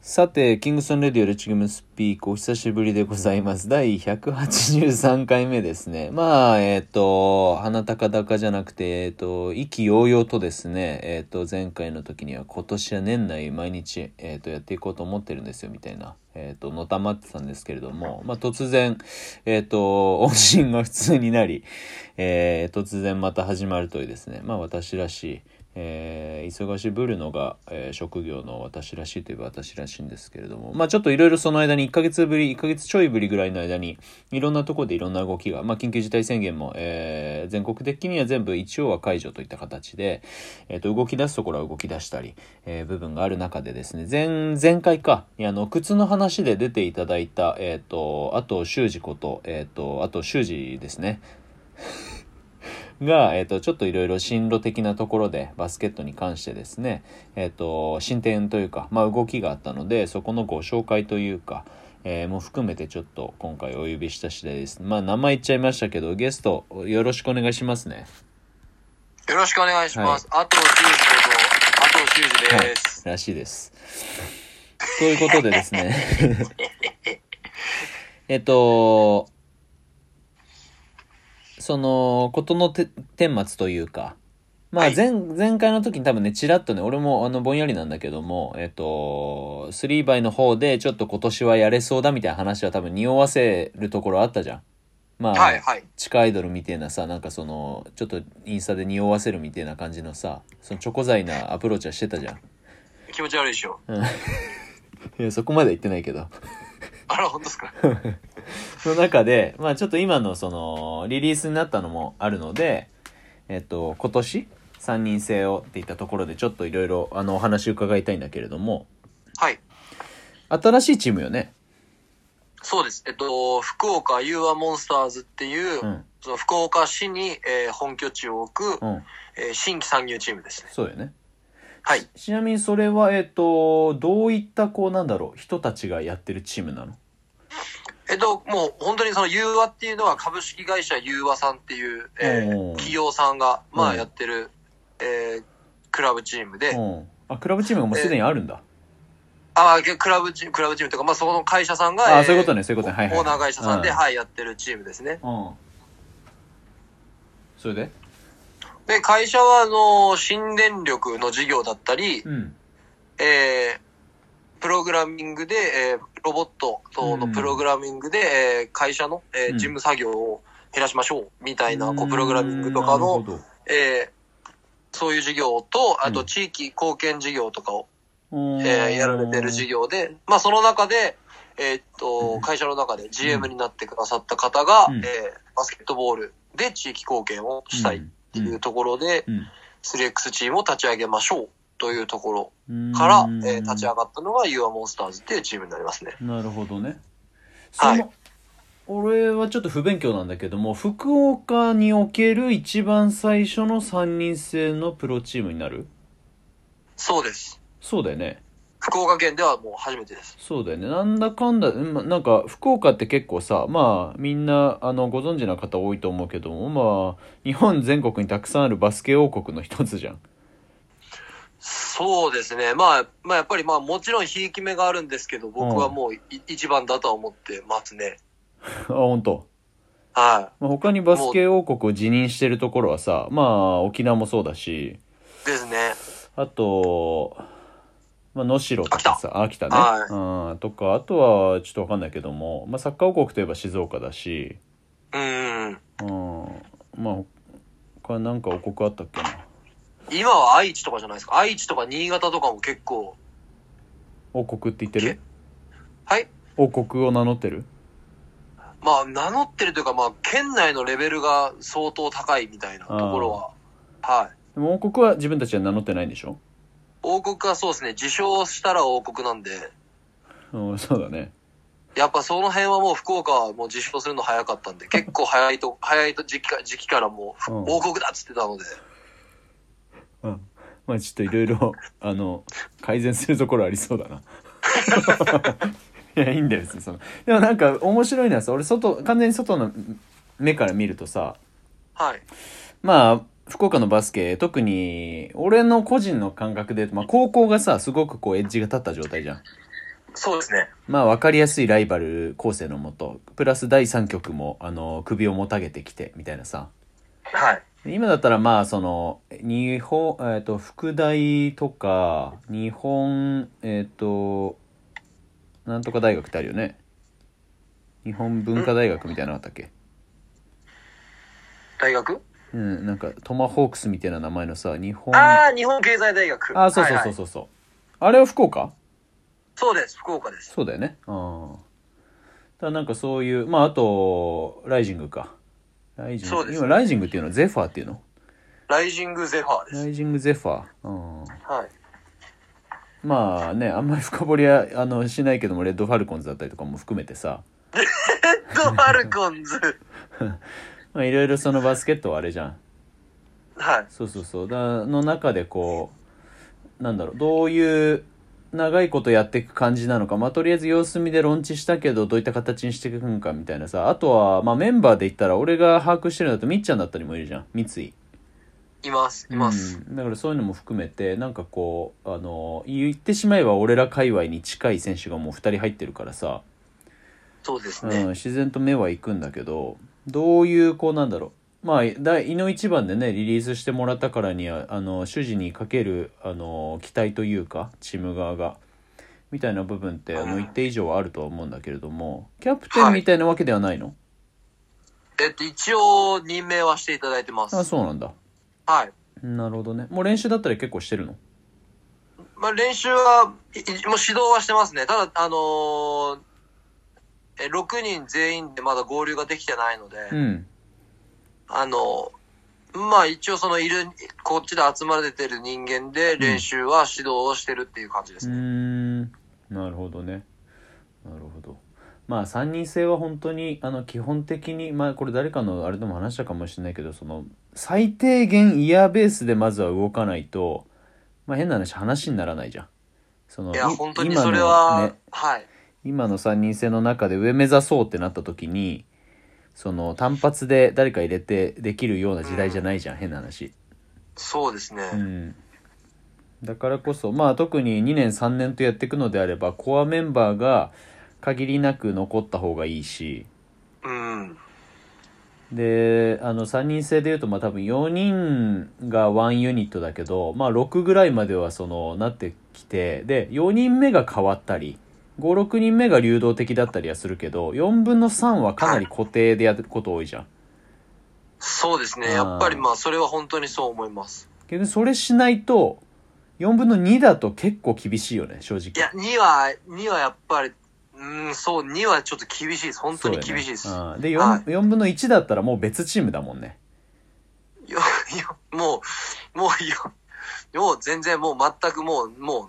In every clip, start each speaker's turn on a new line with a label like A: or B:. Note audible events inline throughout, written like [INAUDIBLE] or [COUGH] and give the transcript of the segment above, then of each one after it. A: さて、キングストンレディオレチグムスピーク、お久しぶりでございます。第183回目ですね。まあ、えっ、と、鼻高々じゃなくて、えっ、と、意気揚々とですね、えっ、と、前回の時には今年は年内毎日、えっ、と、やっていこうと思ってるんですよ、みたいな。えっ、と、のたまってたんですけれども、まあ、突然、えっ、と、音信が普通になり、えー突然また始まるというですね、まあ、私らしい、えー忙しぶるのが、えー職業の私らしいといえば私らしいんですけれども、まあちょっといろいろその間に1ヶ月ぶり、1ヶ月ちょいぶりぐらいの間に、いろんなところでいろんな動きが、まあ緊急事態宣言も、えー全国的には全部一応は解除といった形で、えっ、と、動き出すところは動き出したり、えー部分がある中でですね、前、前回か、あの、靴の話で出ていただいた、えっ、と、あと修二こと、えっ、と、あと修二ですね、が、えっ、と、ちょっといろいろ進路的なところで、バスケットに関してですね、えっ、と、進展というか、まあ、動きがあったので、そこのご紹介というか、えーも含めてちょっと今回お呼びした次第です。まあ、名前言っちゃいましたけど、ゲスト、よろしくお願いしますね。
B: よろしくお願いします。あと修二こと、あと修二です。
A: らしいです。ということでですね。 [LAUGHS] えっと、その、ことのて、顛末というか、まあ
B: はい
A: 前、前回の時に多分ね、ちらっとね、俺もあの、ぼんやりなんだけども、えっと、スリーバイの方でちょっと今年はやれそうだみたいな話は多分匂わせるところあったじゃん。まあ、
B: はい、はい。
A: 地下アイドルみたいなさなんかそのちょっとインスタで匂わせるみたいな感じのさそのチョコ材なアプローチはしてたじゃん
B: 気持ち悪いでしょ。
A: いやそこまでは言ってないけど [LAUGHS]
B: あら、本当ですか。
A: の中でまあちょっと今のそのリリースになったのもあるのでえっと今年3人制をっていったところでちょっといろいろあのお話伺いたいんだけれども
B: はい。
A: 新しいチームよね
B: そうです。えっと、福岡ユーアモンスターズっていう、
A: うん
B: その福岡市に、えー本拠地を置く、
A: うん
B: えー新規参入チームですね。
A: そうよね
B: はい。
A: ちなみにそれはえっとどういったこうなんだろう人たちがやってるチームなの
B: えっと、もう本当にそのユーアっていうのは株式会社ユーアさんっていう、えー
A: おー
B: 企業さんが、ま
A: う
B: あ、
A: ん
B: やってる、えークラブチームで、
A: うんあクラブチームがもうすでにあるんだ
B: ああ、クラブチーム、クラブチームというか、まあ、そこの会社さんが、
A: あ
B: えー
A: そういうことねそういうことねはいはい
B: オーナー会社さんで、
A: うん
B: はい、やってるチームですね。
A: うんそれで
B: で、会社は、あの、新電力の事業だったり、
A: うん
B: えー、プログラミングで、えー、ロボット等
A: う
B: の
A: ん
B: プログラミングで、えー、会社の、えー、
A: うん
B: 事務作業を減らしましょう、みたいな、こ
A: う
B: う、
A: ん
B: プログラミングとか
A: なるほ
B: の、
A: ど
B: えー、そういう事業と、あ
A: う
B: と、
A: ん
B: 地域貢献事業とかを、
A: うん
B: えー、やられてる事業で、まあ、その中で、えーっと、会社の中で GM になってくださった方が、
A: うん
B: えー、バスケットボールで地域貢献をしたいっていうところで、
A: うん
B: 3X チームを立ち上げましょうというところ
A: うん
B: から、
A: うん
B: えー立ち上がったのが You are Monsters っていうチームになりますね。
A: なるほどねその、
B: はい
A: 俺はちょっと不勉強なんだけども福岡における一番最初の3人制のプロチームになる
B: そうです。
A: そうだよね
B: 福岡県ではもう初めてです。
A: そうだよねなんだかんだうんまなんか福岡って結構さまあみんなあのご存知の方多いと思うけどもまあ日本全国にたくさんあるバスケ王国の一つじゃん [LAUGHS]
B: そうですね。まあ、まあやっぱりまあもちろんひいき目があるんですけど、僕はもうい一番だとは思ってますね。
A: あ本当。
B: は
A: まあ、他にバスケ王国を辞任してるところはさまあ沖縄もそうだし
B: い。ですね。
A: あと、まあ、能代とかさ秋田ね、うん、とかあとはちょっと分かんないけども、まあ、サッカー王国といえば静岡だし、
B: うん。
A: うん、まあ他なんか王国あったっけな
B: 今は愛知とかじゃないですか。愛知とか新潟とかも結構、
A: 王国って言ってる
B: はい
A: 王国を名乗ってる
B: まあ名乗ってるというか、まあ県内のレベルが相当高いみたいなところは、はい。
A: でも王国は自分たちは名乗ってないんでしょ、
B: 王国はそうですね、自称したら王国なんで、
A: うん、そうだね
B: やっぱその辺はもう福岡はもう自称するの早かったんで、結構早いと、早いと時期か時期からもう、
A: うん
B: 王国だっつってたので、
A: うんまあちょっといろいろ [LAUGHS] あの改善するところありそうだないやいいんだよ別にそのでもなんか面白いのはさ俺外完全に外の目から見るとさ
B: はい。
A: まあ福岡のバスケ特に俺の個人の感覚で言うと、まあ、高校がさすごくこうエッジが立った状態じゃん
B: そうですね。
A: まあ分かりやすいライバル構成のもと、プラス第3局も、あの、首をもたげてきて、みたいなさ。
B: はい。
A: 今だったらまあその日本、えっと副大とか日本えっ、となんとか大学ってあるよね日本文化大学みたいなのあったっけ
B: 大学
A: うんなんかトマホークスみたいな名前のさ日本
B: ああ、日本経済大学。
A: あそうそう
B: はい
A: そ
B: は
A: う
B: い
A: そうそう、あれは福岡
B: そうです。福岡です。
A: そうだよねああただなんかそういうまああとライジングかライジン
B: そう
A: グ
B: です
A: 今ライジングっていうのゼファーっていうの
B: ライジングゼファーで
A: ラ
B: す。
A: イジングゼファーうん
B: はい。
A: まあねあんまり深掘りはあのしないけどもレッドファルコンズだったりとかも含めてさ
B: レッドファルコンズ。 [LAUGHS]
A: まあいろいろそのバスケットはあれじゃん
B: はい。
A: そうそうそうだの中でこうなんだろうどういう長いことやっていく感じなのかまあとりあえず様子見でローンチしたけどどういった形にしていくんかみたいなさあとは、まあ、メンバーで言ったら俺が把握してるのだとみっちゃんだったりもいるじゃん三井
B: います。います。
A: うんだからそういうのも含めてなんかこうあの言ってしまえば俺ら界隈に近い選手がもう2人入ってるからさ、
B: そうです
A: うん、
B: ね。
A: 自然と目は行くんだけどどういうこうなんだろうまあ第井の一番でねリリースしてもらったからにはあの主事にかけるあの期待というかチーム側がみたいな部分ってあの
B: うん
A: 一定以上はあるとは思うんだけれどもキャプテンみたいなわけではないの、
B: えっと、一応、任命はしていただいてます。
A: あそうなんだ
B: はい。
A: なるほどねもう練習だったら結構してるの
B: まあ、練習は、いいもう指導はしてますね。ただ、あのーえ、6人全員でまだ合流ができてないので、
A: うん
B: あのーまあ一応そのいる、こっちで集まれてる人間で練習は指導をしてるっていう感じで
A: うー
B: すね。
A: んなるほどねなるほどまあ3人制は本当にあの基本的にまあこれ誰かのあれでも話したかもしれないけどその最低限イヤーベースでまずは動かないと、まあ、変な話話にならないじゃん。その
B: いや、本当に
A: 今の
B: それは、
A: ね
B: はい。
A: 今の3人制の中で上目指そうってなった時にその単発で誰か入れてできるような時代じゃないじゃん、変な話。
B: そうですね。
A: うん、だからこそまあ特に2年3年とやっていくのであればコアメンバーが限りなく残った方がいいし
B: うん。
A: であの3人制でいうとまあ多分4人が1ユニットだけど、まあ、6ぐらいまではそのなってきてで4人目が変わったり56人目が流動的だったりはするけど4分の3はかなり固定でやること多いじゃん。
B: そうですね。
A: あー
B: やっぱりまあ、それは本当にそう思います。
A: けどそれしないと4分の2だと結構厳しいよね正直。
B: いや、2は、2はやっぱり、うん、そう、2はちょっと厳しいです。本当に厳しいです。
A: そうだよねうんで 4,、
B: はい
A: 4分の1だったらもう別チームだもんね
B: よ、よ、もう、もう、よ、もう全然もう全くもう、もう、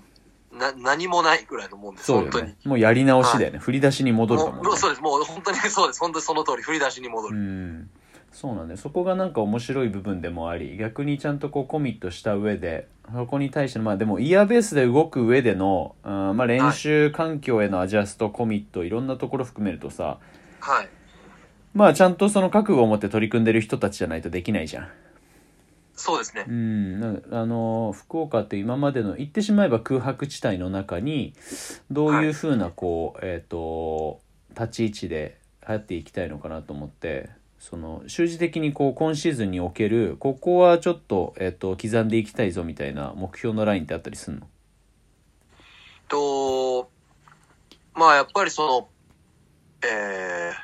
B: な、何もないぐらいのもんです、
A: そう
B: 本
A: だ
B: 当
A: よ
B: に
A: ね。もうやり直しだよね、振り出しに戻る
B: も
A: か
B: う
A: もんね
B: もうそうです、もう本当に [LAUGHS] そうです、本当にその通り、振り出しに戻
A: う
B: る。
A: んそうなんだよそこがなんか面白い部分でもあり逆にちゃんとこうコミットした上でそこに対してのまあでもイヤーベースで動く上での、うんまあ、練習環境へのアジャストコミットいろんなところ含めるとさ
B: はい。
A: まあちゃんとその覚悟を持って取り組んでる人たちじゃないとできないじゃん
B: そうですね
A: う。ん、なあの福岡って今までの言ってしまえば空白地帯の中にどういうふうなこう、えっ、と立ち位置でやっていきたいのかなと思ってその習字的にこう今シーズンにおけるここはちょっと,、えっと刻んでいきたいぞみたいな目標のラインってあったりするの
B: と、まあやっぱりその、えー、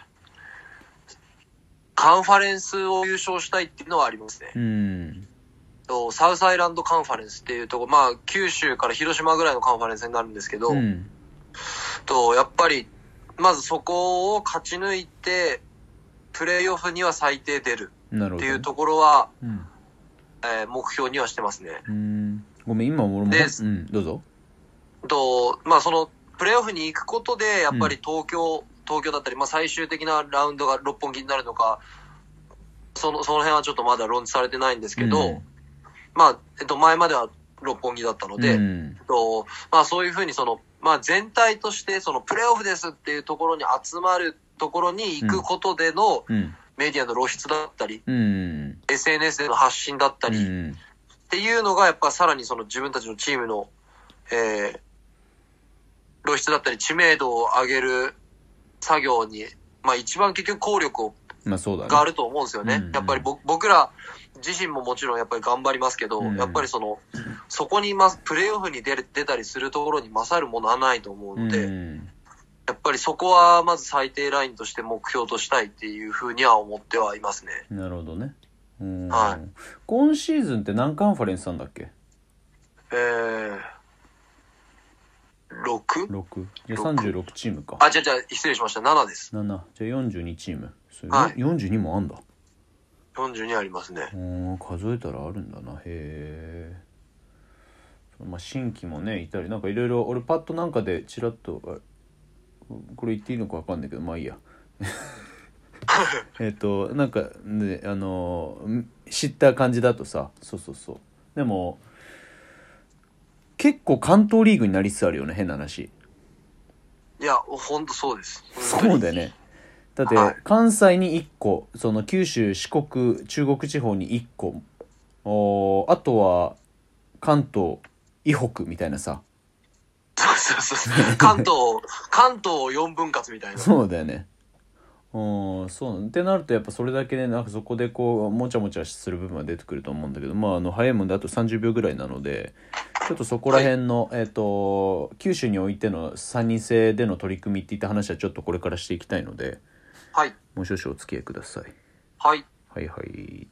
B: カンファレンスを優勝したいっていうのはありますね。
A: うん
B: とサウスアイランドカンファレンスっていうとこ、まあ九州から広島ぐらいのカンファレンスになるんですけど、
A: うん
B: と、やっぱり、まずそこを勝ち抜いて、プレイオフには最低出る
A: なるほど
B: っ
A: ね、
B: ていうところは、
A: うん、
B: えー目標にはしてますね。
A: うんごめん今俺も、
B: で
A: うん、どうぞ
B: と、まあその、プレイオフに行くことで、やっぱり東京、東京だったり、まあ最終的なラウンドが六本木になるのか、その、その辺はちょっとまだ論じされてないんですけど、
A: うん
B: まあ、えっと、前までは六本木だったので、
A: うん
B: と、まあそういうふうにその、まあ全体としてそのプレイオフですっていうところに集まるところに行くことでの、
A: うん
B: メディアの露出だったり、
A: うん、
B: SNS での発信だった
A: う
B: り、っ
A: ん
B: ていうのが、やっぱさらにその自分たちのチームの、えー露出だったり知名度を上げる作業に、まあ一番結局効力を
A: まあそうだね。
B: があると思うんですよね。
A: うんうん
B: やっぱり僕僕ら自身ももちろんやっぱり頑張りますけど、
A: うん
B: やっぱりその、そこに、ま、プレーオフに出る出たりするところに勝るものはないと思うので、
A: うん
B: やっぱりそこはまず最低ラインとして目標としたいっていうふうには思ってはいますね。
A: なるほどね。うん
B: は
A: 今シーズンって何カンファレンスなんだっけ
B: えー、6?
A: 6じゃあ36チームか
B: あ、じゃじゃ失礼しました。7です。
A: 7じゃあ42チームそれ、
B: はい
A: 42もあんだ
B: 42ありますね。
A: うん数えたらあるんだなへえ、まあ、新規もねいたりなんかいろいろ俺パッとなんかでチラッとあこれ言っていいのかわかんないけどまあいいやえっとなんかねあのん知った感じだとさそうそうそうでも結構関東リーグになりつつあるよね変な話
B: いや、ほんとそうです。本当に
A: そうだよね。だって
B: はい、
A: 関西に1個、その九州、四国、中国地方に1個、おーあとは関東、以北みたいなさ。
B: [LAUGHS] そうそうそう。関東、関東を4分割みたいな。
A: そうだよね。うん、そう。ってなると、やっぱそれだけね、なんかそこでこう、もちゃもちゃする部分は出てくると思うんだけど、まあ、あの、早いもんであと30秒ぐらいなので、ちょっとそこら辺の、えっ、と、九州においての3人制での取り組みっていった話はちょっとこれからしていきたいので、
B: はい。
A: もう少々お付き合いください。
B: はい。
A: はいはい。